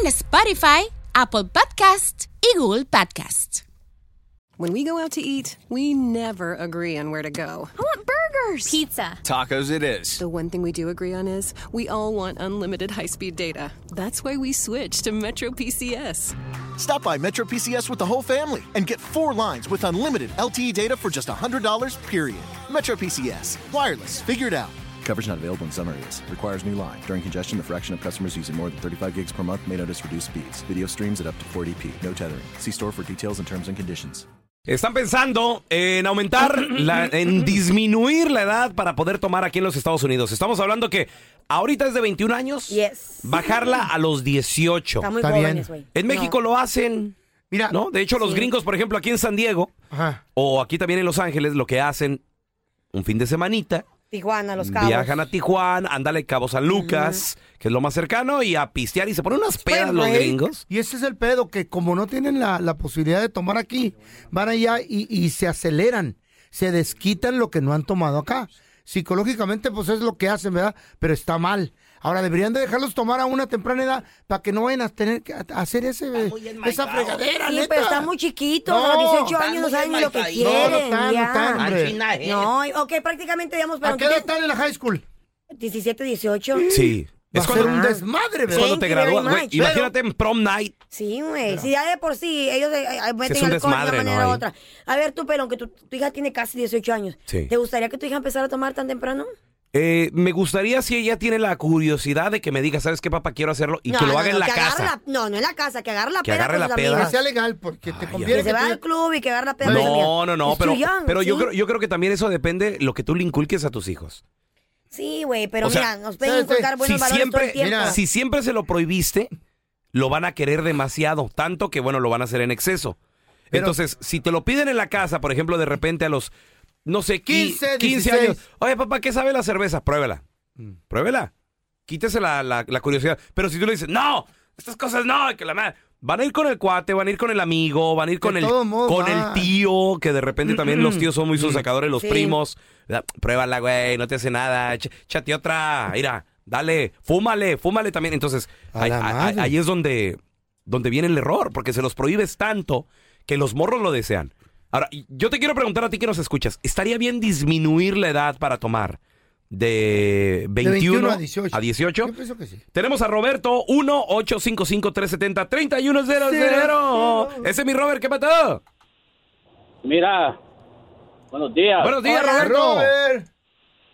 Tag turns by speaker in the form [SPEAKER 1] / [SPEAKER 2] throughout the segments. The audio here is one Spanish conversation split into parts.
[SPEAKER 1] en Spotify, Apple Podcast y Google Podcast.
[SPEAKER 2] When we go out to eat, we never agree on where to go.
[SPEAKER 1] I want burgers. Pizza.
[SPEAKER 3] Tacos it is.
[SPEAKER 2] The one thing we do agree on is we all want unlimited high speed data. That's why we switched to Metro PCS.
[SPEAKER 4] Stop by Metro PCS with the whole family and get four lines with unlimited LTE data for just $100, period. Metro PCS. Wireless. Figured out. Coverage not available in some areas. Requires new line. During congestion, the fraction of customers using more than 35 gigs per month may notice reduced speeds. Video streams at up to 480p. No tethering. See store for details and terms and conditions.
[SPEAKER 5] Están pensando en aumentar, la- en disminuir la edad para poder tomar aquí en los Estados Unidos. Estamos hablando que ahorita es de 21 años,
[SPEAKER 6] Yes.
[SPEAKER 5] bajarla a los 18.
[SPEAKER 6] Está muy
[SPEAKER 7] Está
[SPEAKER 6] jóvenes,
[SPEAKER 7] bien.
[SPEAKER 6] güey.
[SPEAKER 5] En México lo hacen,
[SPEAKER 7] Mira,
[SPEAKER 5] ¿no? De hecho, los gringos, por ejemplo, aquí en San Diego
[SPEAKER 7] ajá.
[SPEAKER 5] o aquí también en Los Ángeles, lo que hacen un fin de semanita,
[SPEAKER 6] Tijuana, Los Cabos.
[SPEAKER 5] viajan a Tijuana, ándale Cabo San Lucas, que es lo más cercano, y a pistear y se ponen unas pedas los
[SPEAKER 7] Break.
[SPEAKER 5] gringos.
[SPEAKER 7] Y ese es el pedo, que como no tienen la, la posibilidad de tomar aquí, van allá y, y se aceleran, se desquitan lo que no han tomado acá. Psicológicamente, pues es lo que hacen, ¿verdad? Pero está mal. Ahora, deberían de dejarlos tomar a una temprana edad para que no vayan a tener que a- a hacer ese, esa fregadera,
[SPEAKER 6] Sí,
[SPEAKER 7] neta.
[SPEAKER 6] pero están muy chiquitos,
[SPEAKER 7] No,
[SPEAKER 6] a los 18
[SPEAKER 7] están
[SPEAKER 6] años no saben ni lo que
[SPEAKER 7] No,
[SPEAKER 6] quieren.
[SPEAKER 7] no están, no
[SPEAKER 6] ya.
[SPEAKER 7] están, hombre.
[SPEAKER 6] No, y- ok, prácticamente, digamos, pero
[SPEAKER 7] ¿A qué edad están en la high school?
[SPEAKER 6] 17, 18.
[SPEAKER 5] Sí.
[SPEAKER 7] Va
[SPEAKER 5] Es
[SPEAKER 7] a ser
[SPEAKER 5] cuando,
[SPEAKER 7] un
[SPEAKER 5] es
[SPEAKER 7] desmadre, ¿verdad?
[SPEAKER 5] cuando te
[SPEAKER 6] Thank you very
[SPEAKER 5] gradúas, güey.
[SPEAKER 6] much.
[SPEAKER 5] Imagínate en prom night.
[SPEAKER 6] Sí, güey. Si ya de por sí, ellos eh, eh, meten
[SPEAKER 5] es un
[SPEAKER 6] alcohol de
[SPEAKER 5] desmadre,
[SPEAKER 6] una
[SPEAKER 5] ¿no?
[SPEAKER 6] manera u
[SPEAKER 5] Ahí.
[SPEAKER 6] otra. A ver, tú, Pelón, que tu, tu hija tiene casi 18 años.
[SPEAKER 5] Sí.
[SPEAKER 6] ¿Te gustaría que tu hija empezara a tomar tan temprano?
[SPEAKER 5] Eh, me gustaría si ella tiene la curiosidad de que me diga, ¿sabes qué, papá? Quiero hacerlo y que lo haga en la
[SPEAKER 6] que agarre
[SPEAKER 5] casa.
[SPEAKER 6] no, no en la casa, que agarre la
[SPEAKER 5] Que
[SPEAKER 6] peda
[SPEAKER 5] agarre
[SPEAKER 6] con
[SPEAKER 5] la
[SPEAKER 6] sus
[SPEAKER 5] peda.
[SPEAKER 7] Que
[SPEAKER 6] amigas.
[SPEAKER 7] sea legal, porque te
[SPEAKER 6] Que
[SPEAKER 7] conviene.
[SPEAKER 6] se
[SPEAKER 7] que
[SPEAKER 6] vaya
[SPEAKER 7] tú-
[SPEAKER 6] al club y que agarre la peda con sus
[SPEAKER 5] No,
[SPEAKER 6] amigas.
[SPEAKER 5] no, no,
[SPEAKER 6] It's
[SPEAKER 5] pero,
[SPEAKER 6] too young,
[SPEAKER 5] pero yo,
[SPEAKER 6] ¿sí?
[SPEAKER 5] creo, yo creo que también eso depende lo que tú le inculques a tus hijos.
[SPEAKER 6] Sí, güey, pero
[SPEAKER 5] O sea,
[SPEAKER 6] mira, nos pueden
[SPEAKER 7] ¿sabes qué?
[SPEAKER 6] inculcar buenos
[SPEAKER 5] si,
[SPEAKER 6] valores todo el
[SPEAKER 5] siempre,
[SPEAKER 6] tiempo.
[SPEAKER 7] mira,
[SPEAKER 5] si siempre se lo prohibiste, lo van a querer demasiado, tanto que, bueno, lo van a hacer en exceso.
[SPEAKER 7] Pero-
[SPEAKER 5] Entonces, si te lo piden en la casa, por ejemplo, de repente a los, no sé, 15,
[SPEAKER 7] 15,
[SPEAKER 5] 15
[SPEAKER 7] 16.
[SPEAKER 5] años, oye, papá, ¿qué sabe la cerveza? Pruébela. Pruébela. Quítese la, la- la curiosidad. Pero si tú le dices, no, estas cosas no, que la madre. Van a ir con el cuate, van a ir con el amigo, van a ir con, el,
[SPEAKER 7] todos modos
[SPEAKER 5] con el
[SPEAKER 7] van.
[SPEAKER 5] tío, que de repente también los tíos son muy sonsacadores, los
[SPEAKER 6] Sí.
[SPEAKER 5] primos. ¿verdad? Pruébala, güey, no te hace nada. ch- Chate otra, mira, dale, fúmale, fúmale también. Entonces,
[SPEAKER 7] A
[SPEAKER 5] ahí,
[SPEAKER 7] la
[SPEAKER 5] ahí-
[SPEAKER 7] madre.
[SPEAKER 5] ahí es donde, donde viene el error, porque se los prohíbes tanto que los morros lo desean. Ahora, y- yo te quiero preguntar a ti que nos escuchas, ¿estaría bien disminuir la edad para tomar de 21, a 18?
[SPEAKER 7] Yo pues pienso que sí.
[SPEAKER 5] Tenemos a Roberto 1-855-370-3100. Ese es mi Robert, ¿qué pasó?
[SPEAKER 8] Mira, buenos días.
[SPEAKER 5] Buenos días,
[SPEAKER 6] Hola.
[SPEAKER 5] Roberto.
[SPEAKER 7] Robert.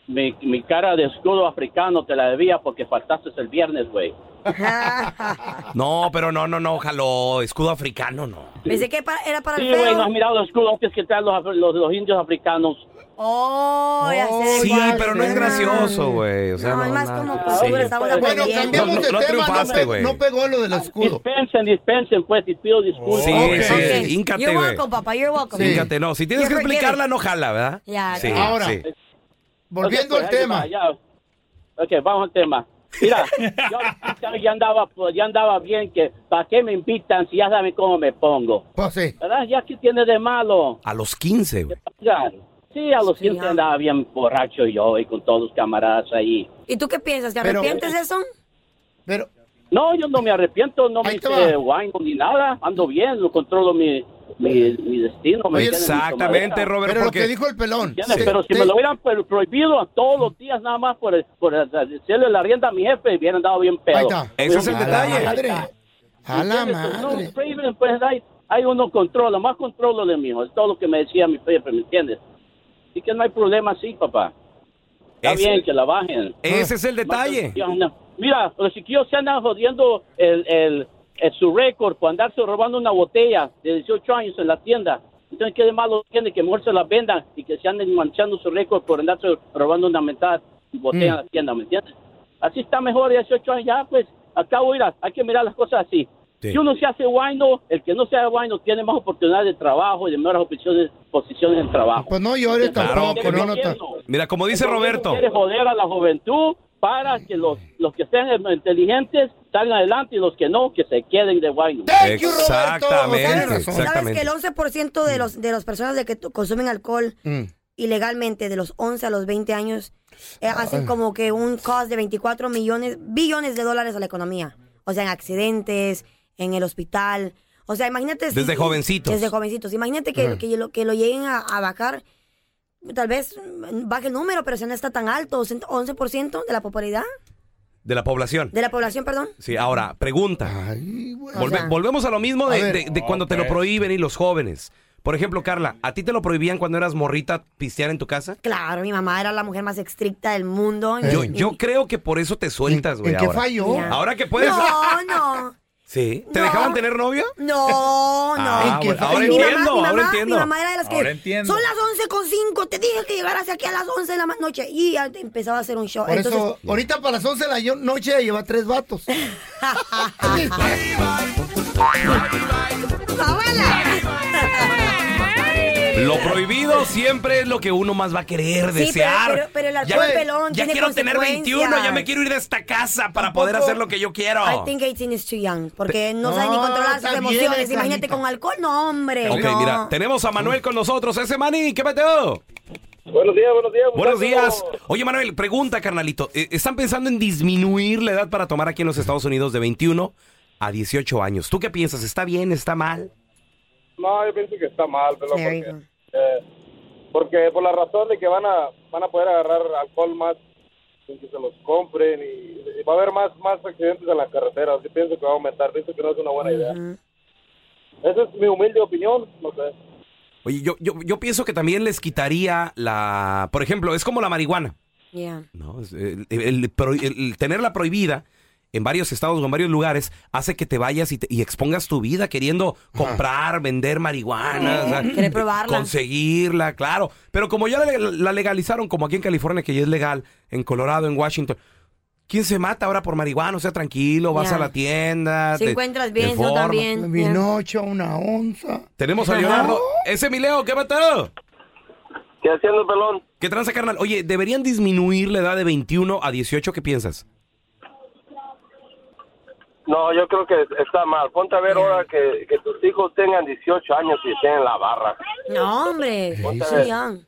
[SPEAKER 8] Mi, mi cara de escudo africano te la debía porque faltaste el viernes, güey.
[SPEAKER 5] No, pero no, no, no, ojalá. Escudo africano, no.
[SPEAKER 6] Pensé que pa- era para
[SPEAKER 8] Sí,
[SPEAKER 6] el
[SPEAKER 8] güey, no has
[SPEAKER 6] feo.
[SPEAKER 8] mirado el escudo que traen los, af- los, los indios africanos.
[SPEAKER 6] Oh, ya sé.
[SPEAKER 5] Sí,
[SPEAKER 6] cuál
[SPEAKER 5] pero no es
[SPEAKER 6] será.
[SPEAKER 5] gracioso, güey. O sea,
[SPEAKER 6] No,
[SPEAKER 5] no,
[SPEAKER 6] es más
[SPEAKER 5] nada.
[SPEAKER 6] como
[SPEAKER 5] Sí.
[SPEAKER 6] pobre, estamos
[SPEAKER 7] Bueno,
[SPEAKER 6] aprendiendo.
[SPEAKER 7] cambiemos
[SPEAKER 5] No,
[SPEAKER 7] de
[SPEAKER 5] no
[SPEAKER 7] tema.
[SPEAKER 5] triunfaste,
[SPEAKER 7] no,
[SPEAKER 5] güey.
[SPEAKER 7] pe- no pegó lo del escudo.
[SPEAKER 8] Dispensen, dispensen, pues, y pido disculpas.
[SPEAKER 5] Sí,
[SPEAKER 7] Ok.
[SPEAKER 5] sí,
[SPEAKER 6] Ok.
[SPEAKER 5] híncate,
[SPEAKER 6] You're
[SPEAKER 5] güey.
[SPEAKER 6] welcome, papá, you're welcome.
[SPEAKER 7] Sí.
[SPEAKER 5] Fíjate, no, si tienes que
[SPEAKER 6] You're
[SPEAKER 5] explicarla,
[SPEAKER 6] forgiven.
[SPEAKER 5] no jala, ¿verdad?
[SPEAKER 6] Ya,
[SPEAKER 5] Sí,
[SPEAKER 6] claro.
[SPEAKER 7] Ahora.
[SPEAKER 5] sí.
[SPEAKER 7] Oh, Volviendo
[SPEAKER 8] Ok,
[SPEAKER 7] al
[SPEAKER 8] pues,
[SPEAKER 7] tema.
[SPEAKER 8] ahí va, ya. Ok, vamos al tema. Mira, yo ya- ya andaba, pues, ya andaba bien que, ¿para qué me invitan si ya saben cómo me pongo?
[SPEAKER 7] Pues sí.
[SPEAKER 8] ¿Verdad? Ya que tiene de malo.
[SPEAKER 5] A los 15, güey.
[SPEAKER 8] Oigan, Sí, a los
[SPEAKER 6] Sí,
[SPEAKER 8] 15
[SPEAKER 6] ya.
[SPEAKER 8] andaba bien borracho yo y con todos los camaradas ahí.
[SPEAKER 6] ¿Y tú qué piensas? ¿Te
[SPEAKER 7] Pero-
[SPEAKER 6] arrepientes de eso?
[SPEAKER 7] Pero
[SPEAKER 8] No, yo no me arrepiento, no me
[SPEAKER 7] Ahí te
[SPEAKER 8] hice
[SPEAKER 7] va.
[SPEAKER 8] guango ni nada. Ando bien, lo controlo mi, mi, mi destino. Me tiene en mi
[SPEAKER 5] Exactamente,
[SPEAKER 8] tomadera.
[SPEAKER 5] Robert,
[SPEAKER 7] Pero lo
[SPEAKER 5] porque
[SPEAKER 7] que dijo el pelón.
[SPEAKER 8] ¿Entiendes?
[SPEAKER 7] te-
[SPEAKER 8] Pero si
[SPEAKER 7] te-
[SPEAKER 8] me lo hubieran pro- prohibido a todos los días nada más por, por hacerle la rienda a mi jefe, hubieran dado bien pedo.
[SPEAKER 7] Ahí está.
[SPEAKER 5] Ese es el
[SPEAKER 7] A la
[SPEAKER 5] detalle.
[SPEAKER 7] madre. A la
[SPEAKER 8] ¿Entiendes? No,
[SPEAKER 7] madre.
[SPEAKER 8] prohíben, pues hay, hay uno controla, más controlo de mí, es todo lo que me decía mi jefe, ¿me entiendes? Así que no hay problema así, papá. Está
[SPEAKER 5] Ese-
[SPEAKER 8] bien que la bajen.
[SPEAKER 5] ese es el detalle.
[SPEAKER 8] Mira, los chiquillos se andan jodiendo el, el, el- su récord por andarse robando una botella de 18 años en la tienda. Entonces, ¿qué de malo tiene que mejor se la vendan y que se anden manchando su récord por andarse robando una mentada botella en la
[SPEAKER 5] Mm.
[SPEAKER 8] tienda, ¿me entiendes? Así está mejor, 18 años ya, pues, acabo de ir, hay que mirar las cosas así.
[SPEAKER 5] Sí.
[SPEAKER 8] Si uno se hace guayno, el que no se hace guayno tiene más oportunidades de trabajo y de mejores opciones- posiciones en trabajo.
[SPEAKER 7] Pues no llores
[SPEAKER 5] Claro,
[SPEAKER 7] tampoco, no, no, ta-
[SPEAKER 5] Mira, como dice
[SPEAKER 8] El gobierno
[SPEAKER 5] Roberto,
[SPEAKER 8] Quiere joder a la juventud para que los, los que sean inteligentes salgan adelante y los que no, que se queden de guayno.
[SPEAKER 7] Thank you, Roberto.
[SPEAKER 5] Exactamente,
[SPEAKER 7] Tienes razón.
[SPEAKER 5] exacto.
[SPEAKER 6] ¿Sabes
[SPEAKER 5] Exactamente.
[SPEAKER 6] que el 11% de, los, de las personas de que tu- consumen alcohol
[SPEAKER 7] Mm.
[SPEAKER 6] ilegalmente de los 11 a los 20 años eh, hacen como que un cost de 24 millones, billones de dólares a la economía? O sea, en accidentes, en el hospital. O sea, imagínate...
[SPEAKER 5] Desde jovencitos.
[SPEAKER 6] Desde jovencitos. Imagínate que, que, lo, que lo lleguen a, a bajar. Tal vez mm, baje el número, pero si no está tan alto, 11% de la popularidad,
[SPEAKER 5] de la población.
[SPEAKER 6] de la población, perdón.
[SPEAKER 5] Sí, ahora, pregunta.
[SPEAKER 7] Ay, güey.
[SPEAKER 5] Volve-
[SPEAKER 6] sea-
[SPEAKER 5] volvemos a lo mismo de,
[SPEAKER 7] A ver.
[SPEAKER 5] de- de cuando te lo prohíben y los jóvenes. Por ejemplo, Carla, ¿a ti te lo prohibían cuando eras morrita pistear en tu casa?
[SPEAKER 6] Claro, mi mamá era la mujer más estricta del mundo.
[SPEAKER 5] Yo,
[SPEAKER 6] Mi-
[SPEAKER 5] yo creo que por eso te sueltas, güey.
[SPEAKER 7] ¿En qué
[SPEAKER 5] ahora.
[SPEAKER 7] falló?
[SPEAKER 6] Ya.
[SPEAKER 5] Ahora que puedes.
[SPEAKER 6] No, no.
[SPEAKER 5] Sí. ¿Te
[SPEAKER 6] No.
[SPEAKER 5] dejaban tener novio?
[SPEAKER 6] No, no.
[SPEAKER 5] Ah,
[SPEAKER 7] ¿En qué
[SPEAKER 5] bueno,
[SPEAKER 7] falló?
[SPEAKER 5] ahora
[SPEAKER 7] Mi
[SPEAKER 6] Mi
[SPEAKER 5] entiendo,
[SPEAKER 6] mamá, mi
[SPEAKER 5] ahora
[SPEAKER 6] mamá-
[SPEAKER 5] entiendo.
[SPEAKER 6] Mi mamá era de las que.
[SPEAKER 3] Ahora entiendo.
[SPEAKER 6] Son las 11 con 5. Te dije que llegaras aquí a las 11 de la ma- noche. Y ya te empezaba a hacer un show.
[SPEAKER 7] Por
[SPEAKER 6] Entonces,
[SPEAKER 7] eso, ahorita para las 11 de la yo- noche ya lleva tres vatos.
[SPEAKER 5] Lo prohibido siempre es lo que uno más va a querer,
[SPEAKER 6] Sí,
[SPEAKER 5] desear.
[SPEAKER 6] pero- pero- pero el alcohol
[SPEAKER 5] ya,
[SPEAKER 6] pelón
[SPEAKER 5] ya
[SPEAKER 6] tiene
[SPEAKER 5] quiero tener
[SPEAKER 6] consecuencias.
[SPEAKER 5] 21, ya me quiero ir de esta casa para poder hacer lo que yo quiero.
[SPEAKER 6] I think 18 is too young. Porque no,
[SPEAKER 7] No,
[SPEAKER 6] sabe ni controlar sus
[SPEAKER 7] está bien,
[SPEAKER 6] emociones.
[SPEAKER 7] Clarita.
[SPEAKER 6] Imagínate con alcohol. No, hombre.
[SPEAKER 5] Ok,
[SPEAKER 6] no.
[SPEAKER 5] mira, tenemos a Manuel con nosotros. Ese Mani, ¿qué meteo?
[SPEAKER 8] Buenos días, buenos días.
[SPEAKER 5] Buenos días. Oye, Manuel, pregunta, carnalito. Eh, ¿Están pensando en disminuir la edad para tomar aquí en los Estados Unidos de 21 a 18 años? ¿Tú qué piensas? ¿Está bien? ¿Está mal?
[SPEAKER 8] No, yo pienso que está mal, pero
[SPEAKER 6] There you go.
[SPEAKER 8] porque por la razón de que van a van a poder agarrar alcohol más sin que se los compren y, va a haber más más accidentes en las carreteras. Yo pienso que va a aumentar, pienso que no es una buena idea. Esa es mi humilde opinión, no sé.
[SPEAKER 5] Oye, yo, yo, yo pienso que también les quitaría la... Por ejemplo, es como la marihuana.
[SPEAKER 6] Yeah.
[SPEAKER 5] No, Es- eh, el, el- pro- el tenerla prohibida en varios estados o en varios lugares hace que te vayas y, te- y expongas tu vida queriendo comprar, vender marihuana, o sea,
[SPEAKER 6] Querer probarla.
[SPEAKER 5] conseguirla, claro. Pero como ya la, la legalizaron, como aquí en California, que ya es legal, en Colorado, en Washington. ¿Quién se mata ahora por marihuana? O sea, tranquilo, vas
[SPEAKER 6] Ya.
[SPEAKER 5] a la tienda.
[SPEAKER 6] Si
[SPEAKER 5] te-
[SPEAKER 6] encuentras
[SPEAKER 5] te
[SPEAKER 6] bien, si no
[SPEAKER 5] formas.
[SPEAKER 6] también.
[SPEAKER 7] Mi noche, una onza.
[SPEAKER 5] Tenemos a Leonardo. Ese mi Leo, ¿qué matado?
[SPEAKER 8] ¿Qué haciendo, pelón?
[SPEAKER 5] ¿Qué tranza, carnal? Oye, ¿deberían disminuir la edad de 21 a 18? ¿Qué piensas?
[SPEAKER 8] No, yo creo que está mal. Ponte a ver ahora que, que tus hijos tengan 18 años y estén en la barra.
[SPEAKER 6] No, hombre. It's too young.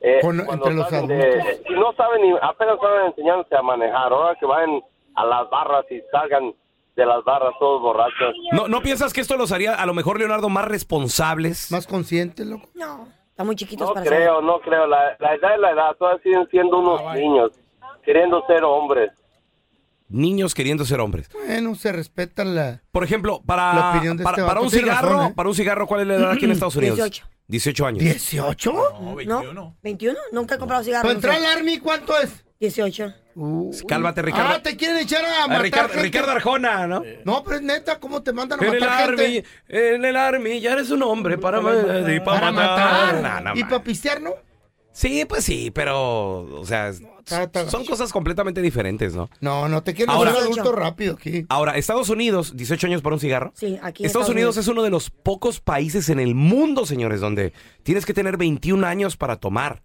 [SPEAKER 8] Eh,
[SPEAKER 7] Con-
[SPEAKER 8] cuando
[SPEAKER 7] entre los
[SPEAKER 8] salen de-
[SPEAKER 7] adultos.
[SPEAKER 8] si no saben, ni- apenas saben enseñarse a manejar. Ahora que vayan a las barras y salgan de las barras todos borrachos.
[SPEAKER 5] ¿No, ¿No piensas que esto los haría a lo mejor, Leonardo, más responsables?
[SPEAKER 7] Más consciente, loco.
[SPEAKER 6] No. Están muy chiquitos
[SPEAKER 8] No
[SPEAKER 6] para saber.
[SPEAKER 8] creo, no creo. La, la edad es la edad. Todas siguen siendo
[SPEAKER 7] Ah,
[SPEAKER 8] unos niños, queriendo ser hombres.
[SPEAKER 5] Niños queriendo ser hombres.
[SPEAKER 7] Bueno, se respeta la.
[SPEAKER 5] Por ejemplo,
[SPEAKER 7] La
[SPEAKER 5] para,
[SPEAKER 7] opinión de
[SPEAKER 5] para,
[SPEAKER 7] este
[SPEAKER 5] para
[SPEAKER 7] vato
[SPEAKER 5] un
[SPEAKER 7] tiene
[SPEAKER 5] cigarro,
[SPEAKER 7] razón, ¿eh?
[SPEAKER 5] para un cigarro, ¿cuál es la edad aquí en Estados Unidos?
[SPEAKER 6] 18.
[SPEAKER 5] 18 años.
[SPEAKER 7] ¿18?
[SPEAKER 5] Pues
[SPEAKER 6] ¿No? ¿21? Nunca he comprado cigarros.
[SPEAKER 7] Para entrar al army, ¿cuánto es?
[SPEAKER 6] 18.
[SPEAKER 5] Cálmate, Ricardo.
[SPEAKER 7] Ah, te quieren echar a
[SPEAKER 5] Ah,
[SPEAKER 7] matar
[SPEAKER 5] Ricardo,
[SPEAKER 7] gente?
[SPEAKER 5] Ricardo Arjona, ¿no?
[SPEAKER 7] No, pero es neta, ¿cómo te mandan a
[SPEAKER 5] En el
[SPEAKER 7] matar
[SPEAKER 5] army,
[SPEAKER 7] gente?
[SPEAKER 5] en el army, ya eres un hombre para, ma- y para
[SPEAKER 7] Para
[SPEAKER 5] matar.
[SPEAKER 7] matar.
[SPEAKER 5] No, no
[SPEAKER 7] y
[SPEAKER 5] ma-
[SPEAKER 7] para pistear, ¿no?
[SPEAKER 5] Sí, pues sí, pero, o sea,
[SPEAKER 7] está- está
[SPEAKER 5] son
[SPEAKER 7] gacho.
[SPEAKER 5] cosas completamente diferentes, ¿no?
[SPEAKER 7] No, no te quieren
[SPEAKER 5] Ahora-
[SPEAKER 7] hacer un adulto rápido aquí.
[SPEAKER 5] Ahora, Estados Unidos, 18 años para un cigarro.
[SPEAKER 6] Sí, aquí
[SPEAKER 5] Estados
[SPEAKER 6] en Estados
[SPEAKER 5] Unidos,
[SPEAKER 6] Unidos.
[SPEAKER 5] es uno de los pocos países en el mundo, señores, donde tienes que tener 21 años para tomar.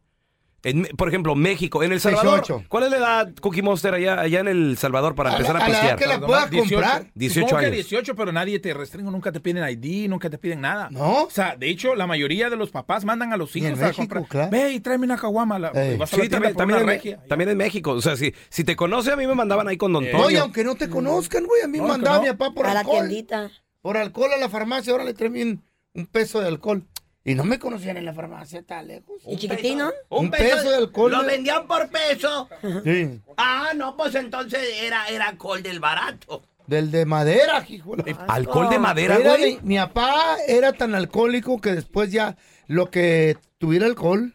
[SPEAKER 5] En Me- por ejemplo, México, en El Salvador.
[SPEAKER 7] 18.
[SPEAKER 5] ¿Cuál es la edad, Cookie Monster, allá, allá en El Salvador para
[SPEAKER 7] A la-
[SPEAKER 5] empezar a,
[SPEAKER 7] a Ah, la edad
[SPEAKER 5] pistear?
[SPEAKER 7] que la-
[SPEAKER 3] Perdón,
[SPEAKER 7] puedas comprar.
[SPEAKER 5] 18
[SPEAKER 3] Supongo que
[SPEAKER 5] años.
[SPEAKER 3] 18, pero nadie te restringe, nunca te piden ID, nunca te piden nada.
[SPEAKER 7] No.
[SPEAKER 3] O sea, de hecho, la mayoría de los papás mandan a los
[SPEAKER 7] Y
[SPEAKER 3] hijos
[SPEAKER 7] en
[SPEAKER 3] a
[SPEAKER 7] México,
[SPEAKER 3] comprar.
[SPEAKER 7] claro.
[SPEAKER 3] Ve y tráeme una caguama. la-
[SPEAKER 7] Ey.
[SPEAKER 3] vas a la
[SPEAKER 5] Sí,
[SPEAKER 3] tienda
[SPEAKER 5] también,
[SPEAKER 3] por
[SPEAKER 5] también,
[SPEAKER 3] una
[SPEAKER 5] en,
[SPEAKER 3] regia.
[SPEAKER 5] también en México. O sea, si, si te conoce, a mí me mandaban ahí con Don
[SPEAKER 7] No, y
[SPEAKER 5] Toño.
[SPEAKER 7] aunque no te conozcan, güey, a mí me
[SPEAKER 3] No,
[SPEAKER 7] mandaba
[SPEAKER 3] no.
[SPEAKER 7] mi papá por
[SPEAKER 6] a la
[SPEAKER 7] alcohol.
[SPEAKER 6] tiendita.
[SPEAKER 7] Por alcohol a la farmacia, ahora le traen bien un peso de alcohol. Y no me conocían en la farmacia, tan lejos.
[SPEAKER 6] ¿Y chiquitino?
[SPEAKER 7] Un peso de alcohol.
[SPEAKER 9] Lo vendían por peso.
[SPEAKER 7] Sí,
[SPEAKER 9] Ah, no, pues entonces era, era alcohol del barato.
[SPEAKER 7] del de madera, hijo. de la-
[SPEAKER 5] Eh, Alcohol de madera,
[SPEAKER 7] Era
[SPEAKER 5] güey.
[SPEAKER 7] de- mi papá era tan alcohólico que después ya lo que tuviera alcohol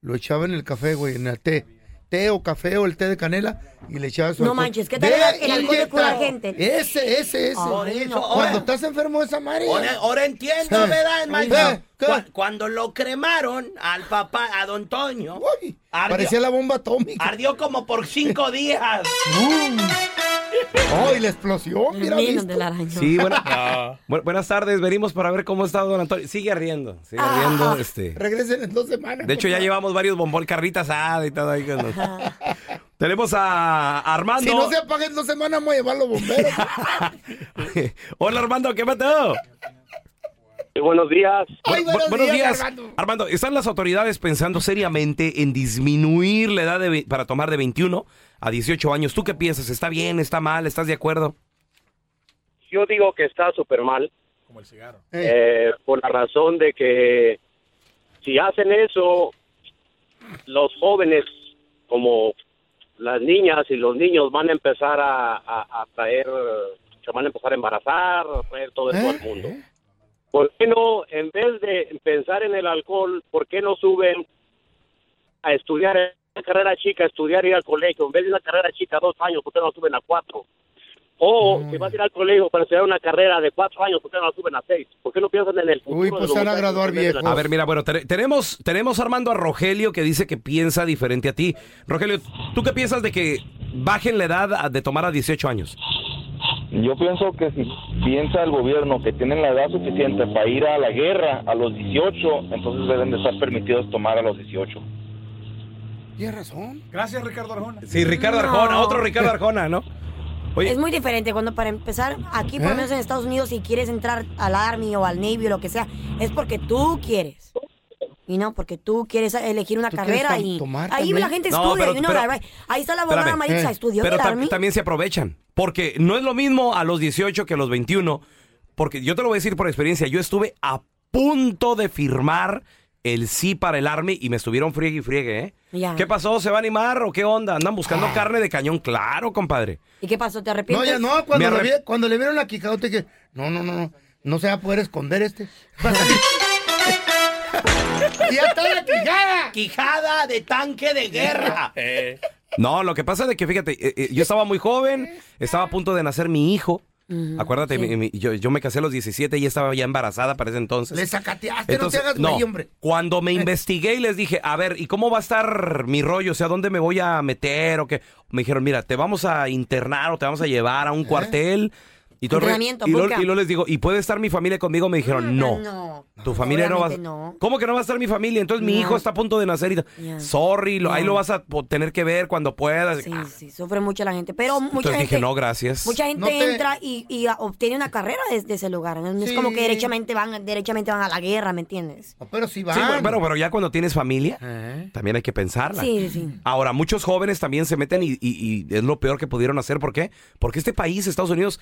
[SPEAKER 7] lo echaba en el café, güey, en el té. Té o café o el té de canela y le echaba su
[SPEAKER 6] No
[SPEAKER 7] alcohol.
[SPEAKER 6] manches, ¿qué tal
[SPEAKER 7] Ve
[SPEAKER 6] el- el alcohol le cura a
[SPEAKER 7] inyectado.
[SPEAKER 6] gente?
[SPEAKER 7] Ese, ese, ese.
[SPEAKER 9] Por eso,
[SPEAKER 7] Cuando
[SPEAKER 9] ahora,
[SPEAKER 7] estás enfermo de esa madre.
[SPEAKER 9] ahora, ahora entiendo,
[SPEAKER 7] Sí.
[SPEAKER 9] ¿verdad, hermano?
[SPEAKER 7] Sí, ¿qué?
[SPEAKER 9] Cu- cuando lo cremaron al papá, a don Toño,
[SPEAKER 7] Uy,
[SPEAKER 9] ardió,
[SPEAKER 7] parecía la bomba atómica.
[SPEAKER 9] ardió como por cinco días.
[SPEAKER 7] ¡Bum! ¡Oh, y la explosión! Mira,
[SPEAKER 6] Menos
[SPEAKER 7] ¿viste?
[SPEAKER 6] del arañón.
[SPEAKER 5] Sí, buena- Bu- buenas tardes. Venimos para ver cómo está don Antonio. Sigue riendo, sigue riendo. Este.
[SPEAKER 7] Regresen en dos semanas.
[SPEAKER 5] De hecho, ya
[SPEAKER 7] compadre.
[SPEAKER 5] llevamos varios bombón, carnita asada y todo ahí. con los- Tenemos a Armando.
[SPEAKER 7] Si no se apaga en dos semanas, vamos a llevar los bomberos.
[SPEAKER 5] Hola, Armando, ¿qué mató?
[SPEAKER 8] Y buenos días.
[SPEAKER 7] Ay, buenos, días,
[SPEAKER 5] Armando.
[SPEAKER 7] Armando.
[SPEAKER 5] ¿están las autoridades pensando seriamente en disminuir la edad de ve- para tomar de 21 a 18 años? ¿Tú qué piensas? ¿Está bien? ¿Está mal? ¿Estás de acuerdo?
[SPEAKER 8] Yo digo que está súper mal. eh, por la razón de que si hacen eso, los jóvenes, como las niñas y los niños, van a empezar a, a- a traer, se van a empezar a embarazar, a traer todo eso al mundo. ¿Por qué no, en vez de pensar en el alcohol, por qué no suben a estudiar eh, una carrera chica, estudiar ir al colegio? En vez de una carrera chica, dos años, ¿por qué no suben a cuatro? O si vas a ir al colegio para estudiar una carrera de cuatro años, ¿por qué no la suben a seis? ¿Por qué no piensan en el futuro?
[SPEAKER 7] Uy,
[SPEAKER 8] de
[SPEAKER 7] pues
[SPEAKER 8] los
[SPEAKER 7] se van a
[SPEAKER 8] muchachos
[SPEAKER 7] graduar
[SPEAKER 8] en vez de la-
[SPEAKER 7] viejos.
[SPEAKER 5] A ver, mira, bueno, te- tenemos, tenemos Armando a Rogelio que dice que piensa diferente a ti. Rogelio, ¿tú qué piensas de que bajen la edad a- de tomar a 18 años?
[SPEAKER 10] Yo pienso que si piensa el gobierno que tienen la edad suficiente para ir a la guerra a los 18, entonces deben de estar permitidos tomar a los 18.
[SPEAKER 7] Tienes razón.
[SPEAKER 3] Gracias, Ricardo Arjona.
[SPEAKER 5] Sí, Ricardo
[SPEAKER 6] No.
[SPEAKER 5] Arjona, otro Ricardo Arjona, ¿no? Oye,
[SPEAKER 6] Es muy diferente cuando para empezar, aquí por lo
[SPEAKER 7] ¿Eh?
[SPEAKER 6] menos en Estados Unidos, si quieres entrar al Army o al Navy o lo que sea, es porque tú quieres. Y no, porque tú quieres elegir una
[SPEAKER 7] Tú
[SPEAKER 6] carrera
[SPEAKER 7] quieres tam-
[SPEAKER 6] y
[SPEAKER 7] tomar
[SPEAKER 6] ahí
[SPEAKER 7] también.
[SPEAKER 6] la gente
[SPEAKER 5] No,
[SPEAKER 6] estudia
[SPEAKER 5] pero-
[SPEAKER 6] y uno
[SPEAKER 5] pero-
[SPEAKER 6] la- Ahí está la abogada
[SPEAKER 5] espérame.
[SPEAKER 6] Maritza,
[SPEAKER 7] Eh.
[SPEAKER 6] estudió
[SPEAKER 5] pero
[SPEAKER 6] el
[SPEAKER 5] tam-
[SPEAKER 6] Army.
[SPEAKER 5] también se aprovechan, porque no es lo mismo a los 18 que a los 21, porque yo te lo voy a decir por experiencia, yo estuve a punto de firmar el sí para el Army y me estuvieron friegue y friegue, ¿eh?
[SPEAKER 6] Ya. Ah.
[SPEAKER 5] ¿Qué pasó? ¿Se va a animar o qué onda? Andan buscando carne de cañón, claro, compadre.
[SPEAKER 6] ¿Y qué pasó? ¿Te
[SPEAKER 7] No,
[SPEAKER 6] arrepientes?
[SPEAKER 7] ya no,
[SPEAKER 5] Me
[SPEAKER 7] cuando, le,
[SPEAKER 5] arrep-
[SPEAKER 7] vi- cuando le vieron la quicadote que. No, no, no, no. No se va a poder esconder este. ¡Ya está la quijada!
[SPEAKER 9] Quijada de tanque de guerra.
[SPEAKER 7] Eh.
[SPEAKER 5] No, lo que pasa es que, fíjate, eh, eh, yo estaba muy joven, estaba a punto de nacer mi hijo. Acuérdate, mi- mi- yo, yo me casé a los 17 y estaba ya embarazada para ese entonces.
[SPEAKER 7] Le sacateaste,
[SPEAKER 5] Entonces,
[SPEAKER 7] no te hagas
[SPEAKER 5] no,
[SPEAKER 7] güey, hombre. Eh.
[SPEAKER 5] Cuando me investigué y les dije, a ver, ¿y cómo va a estar mi rollo? O sea, ¿dónde me voy a meter? O qué? Me dijeron, mira, te vamos a internar o te vamos a llevar a un cuartel. Y, todo el rollo.
[SPEAKER 6] Entrenamiento,
[SPEAKER 5] y, lo-
[SPEAKER 6] bootcamp.
[SPEAKER 5] y luego les digo, ¿y puede estar mi familia conmigo? Me
[SPEAKER 7] Mm,
[SPEAKER 5] dijeron, no.
[SPEAKER 6] no.
[SPEAKER 5] Tu familia no va a...
[SPEAKER 6] Obviamente no.
[SPEAKER 5] ¿Cómo que no va a estar mi familia? Entonces mi
[SPEAKER 6] No.
[SPEAKER 5] hijo está a punto de nacer y...
[SPEAKER 6] Ya.
[SPEAKER 5] Sorry, lo- ahí
[SPEAKER 6] Ya.
[SPEAKER 5] lo vas a po- tener que ver cuando puedas.
[SPEAKER 6] Sí,
[SPEAKER 5] Ah,
[SPEAKER 6] sí, sufre mucho la gente. Pero mucha
[SPEAKER 5] Entonces
[SPEAKER 6] gente.
[SPEAKER 5] dije, no, gracias.
[SPEAKER 6] Mucha gente
[SPEAKER 7] No te-
[SPEAKER 6] entra y, y, ah, obtiene una carrera desde ese lugar. No es
[SPEAKER 7] Sí.
[SPEAKER 6] como que derechamente van, derechamente van a la guerra, ¿me entiendes?
[SPEAKER 7] Ah, Pero si va.
[SPEAKER 5] Sí, bueno, pero, pero ya cuando tienes familia, también hay que pensarla.
[SPEAKER 6] Sí, sí.
[SPEAKER 5] Ahora, muchos jóvenes también se meten y, y- y es lo peor que pudieron hacer. ¿Por qué? Porque este país, Estados Unidos,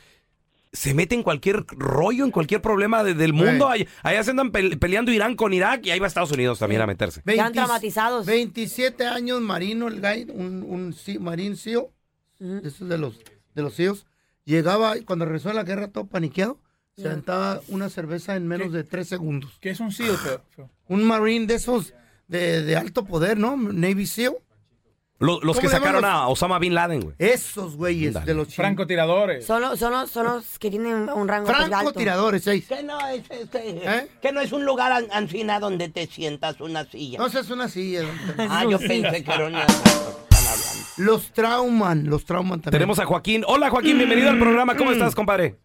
[SPEAKER 5] se mete en cualquier rollo, en cualquier problema de- del mundo. Ahí- Allá se andan pel- peleando Irán con Irak y ahí va Estados Unidos también a meterse.
[SPEAKER 6] Quedan traumatizados.
[SPEAKER 7] 27 años marino, el guy, un, un sea- marín CEO, de esos de los, de los CEOs, llegaba y cuando regresó a la guerra todo paniqueado, se aventaba una cerveza en menos de 3 segundos.
[SPEAKER 3] ¿Qué es un CEO, feo? feo?
[SPEAKER 7] Un marín de esos de, de alto poder, ¿no? Navy E SEAL.
[SPEAKER 5] Lo- los
[SPEAKER 7] ¿Cómo
[SPEAKER 5] que
[SPEAKER 7] le llaman
[SPEAKER 5] sacaron
[SPEAKER 7] los-
[SPEAKER 5] a Osama Bin Laden, güey.
[SPEAKER 7] Esos güeyes
[SPEAKER 5] Ándale.
[SPEAKER 7] de los chinos.
[SPEAKER 3] Francotiradores.
[SPEAKER 6] Son los, son, los, son los que tienen un rango pues, alto.
[SPEAKER 7] Francotiradores, seis.
[SPEAKER 9] Que no es este,
[SPEAKER 7] ¿Eh?
[SPEAKER 9] que no es un lugar an- ancina donde te sientas una silla.
[SPEAKER 7] No seas una silla. don Pedro.
[SPEAKER 9] Ah, yo pensé que era una. Están
[SPEAKER 7] Los trauman, los trauman también.
[SPEAKER 5] Tenemos a Joaquín. Hola, Joaquín, bienvenido al programa. ¿Cómo estás, compadre?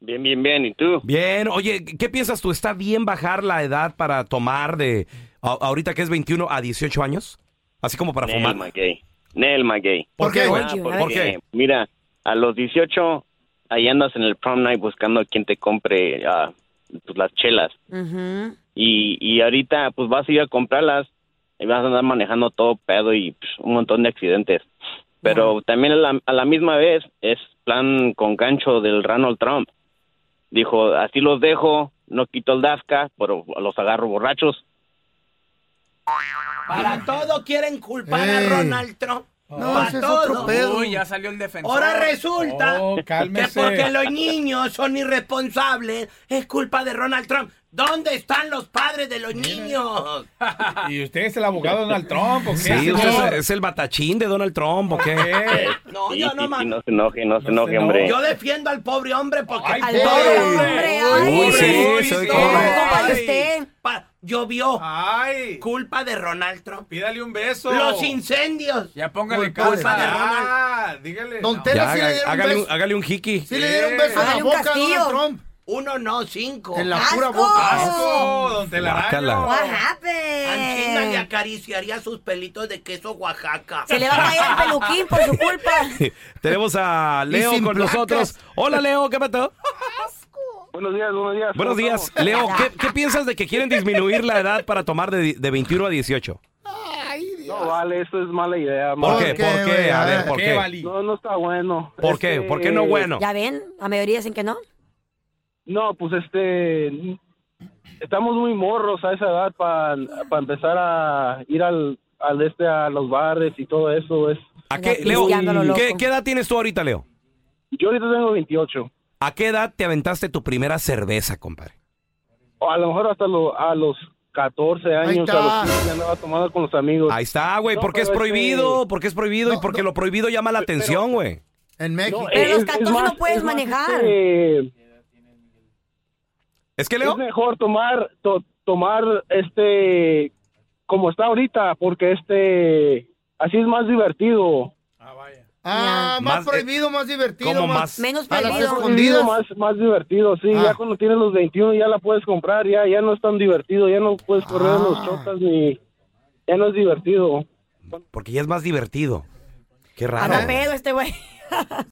[SPEAKER 8] Bien, bien, bien. ¿Y tú?
[SPEAKER 5] Bien. Oye, ¿qué piensas tú? ¿Está bien bajar la edad para tomar de a- ahorita que es 21 a 18 años? Así como para fumar.
[SPEAKER 8] Nelma gay. Nelma gay.
[SPEAKER 5] ¿Por qué? güey?
[SPEAKER 6] Ah, ¿por
[SPEAKER 5] ¿Por qué?
[SPEAKER 8] Mira, a los 18, ahí andas en el prom night buscando a quien te compre ah, pues, las chelas.
[SPEAKER 6] Ujú.
[SPEAKER 8] Y, y ahorita, pues vas a ir a comprarlas y vas a andar manejando todo pedo y pues, un montón de accidentes. Pero también a la, a la misma vez es plan con gancho del Ronald Trump. Dijo, así los dejo,
[SPEAKER 3] no quito el DAFCA, pero los agarro borrachos.
[SPEAKER 7] Para todo quieren culpar a
[SPEAKER 3] Ey.
[SPEAKER 7] Ronald Trump.
[SPEAKER 3] No,
[SPEAKER 7] Para
[SPEAKER 3] ese es
[SPEAKER 7] todo.
[SPEAKER 3] otro pedo.
[SPEAKER 11] Uy, ya salió el defensor.
[SPEAKER 7] Ahora resulta
[SPEAKER 11] Oh,
[SPEAKER 7] que
[SPEAKER 11] cálmese.
[SPEAKER 7] porque los niños son irresponsables es culpa de Ronald Trump. ¿Dónde están los padres de los niños?
[SPEAKER 12] ¿Y usted es el abogado de Donald Trump o qué?
[SPEAKER 5] Sí,
[SPEAKER 12] señor?
[SPEAKER 5] usted es, es el batachín de Donald Trump, ¿o qué?
[SPEAKER 7] No, yo no más.
[SPEAKER 3] No se enoje, no se enoje, hombre.
[SPEAKER 7] Yo defiendo al pobre hombre porque
[SPEAKER 3] Al pobre pobre hombre, hombre, ay. Uy, sí, soy pobre.
[SPEAKER 7] Ay.
[SPEAKER 3] usted.
[SPEAKER 7] Pa- llovió. Culpa de Ronald Trump.
[SPEAKER 11] Pídale un beso.
[SPEAKER 7] Los incendios.
[SPEAKER 11] Ya póngale
[SPEAKER 7] Culpa
[SPEAKER 11] causa.
[SPEAKER 7] de Ronald.
[SPEAKER 11] Ah, dígale.
[SPEAKER 7] Don
[SPEAKER 5] Ya, haga- hágale, un, hágale un jiki.
[SPEAKER 7] Hágale un castillo. Uno no, cinco.
[SPEAKER 5] En la pura ¡Asco!
[SPEAKER 6] Ah,
[SPEAKER 5] boca. ¡Asco, don Telaraño! Guácala. What
[SPEAKER 7] Eh. Anchina le acariciaría sus pelitos de queso Oaxaca.
[SPEAKER 6] Se le va a caer el peluquín por su culpa.
[SPEAKER 5] Tenemos a Leo
[SPEAKER 6] Y
[SPEAKER 5] con
[SPEAKER 6] sin placas.
[SPEAKER 5] nosotros. Hola, Leo, ¿qué pasó?
[SPEAKER 8] Buenos días, buenos días.
[SPEAKER 5] Buenos días. Leo, ¿qué, qué piensas de que quieren disminuir la edad para tomar de, de 21 a 18?
[SPEAKER 8] No vale, eso es mala idea.
[SPEAKER 5] ¿Por qué? ¿Por qué?
[SPEAKER 8] güey?
[SPEAKER 5] A ver, ¿por qué?
[SPEAKER 8] No, no está bueno. Este,
[SPEAKER 5] ¿Por qué? ¿Por qué no bueno?
[SPEAKER 6] Ya ven, la mayoría dicen que no.
[SPEAKER 8] No, pues este... Estamos muy morros a esa edad para empezar a ir al, al este, a los bares y todo eso. Es...
[SPEAKER 5] ¿A qué, Leo, ¿qué, qué edad tienes tú ahorita, Leo?
[SPEAKER 8] Yo ahorita tengo 28.
[SPEAKER 5] ¿A qué edad te aventaste tu primera cerveza, compadre?
[SPEAKER 8] O a lo mejor hasta lo- a los 14 años, a los 15 ya andaba tomando con los amigos.
[SPEAKER 5] Ahí está, güey, porque es prohibido, porque es prohibido y porque lo prohibido llama la atención, güey.
[SPEAKER 13] En México.
[SPEAKER 7] eh,
[SPEAKER 6] Pero los 14 no puedes manejar.
[SPEAKER 8] este,
[SPEAKER 5] Es que Leo.
[SPEAKER 8] Es mejor tomar, to- tomar este como está ahorita, porque este así es más divertido.
[SPEAKER 13] Ah, más,
[SPEAKER 8] Más, eh,
[SPEAKER 13] prohibido, más divertido.
[SPEAKER 8] como
[SPEAKER 13] más,
[SPEAKER 8] más- Menos
[SPEAKER 13] a las
[SPEAKER 8] Más
[SPEAKER 13] escondidas. Ah.
[SPEAKER 8] divertido, más, más divertido, sí. Ya cuando tienes los 21 ya la puedes comprar, ya, ya no es tan divertido, ya no puedes correr
[SPEAKER 13] Ah.
[SPEAKER 8] en los chotas ni... Ya no es divertido.
[SPEAKER 5] Porque ya es más divertido. Qué raro.
[SPEAKER 6] Anda pedo este güey.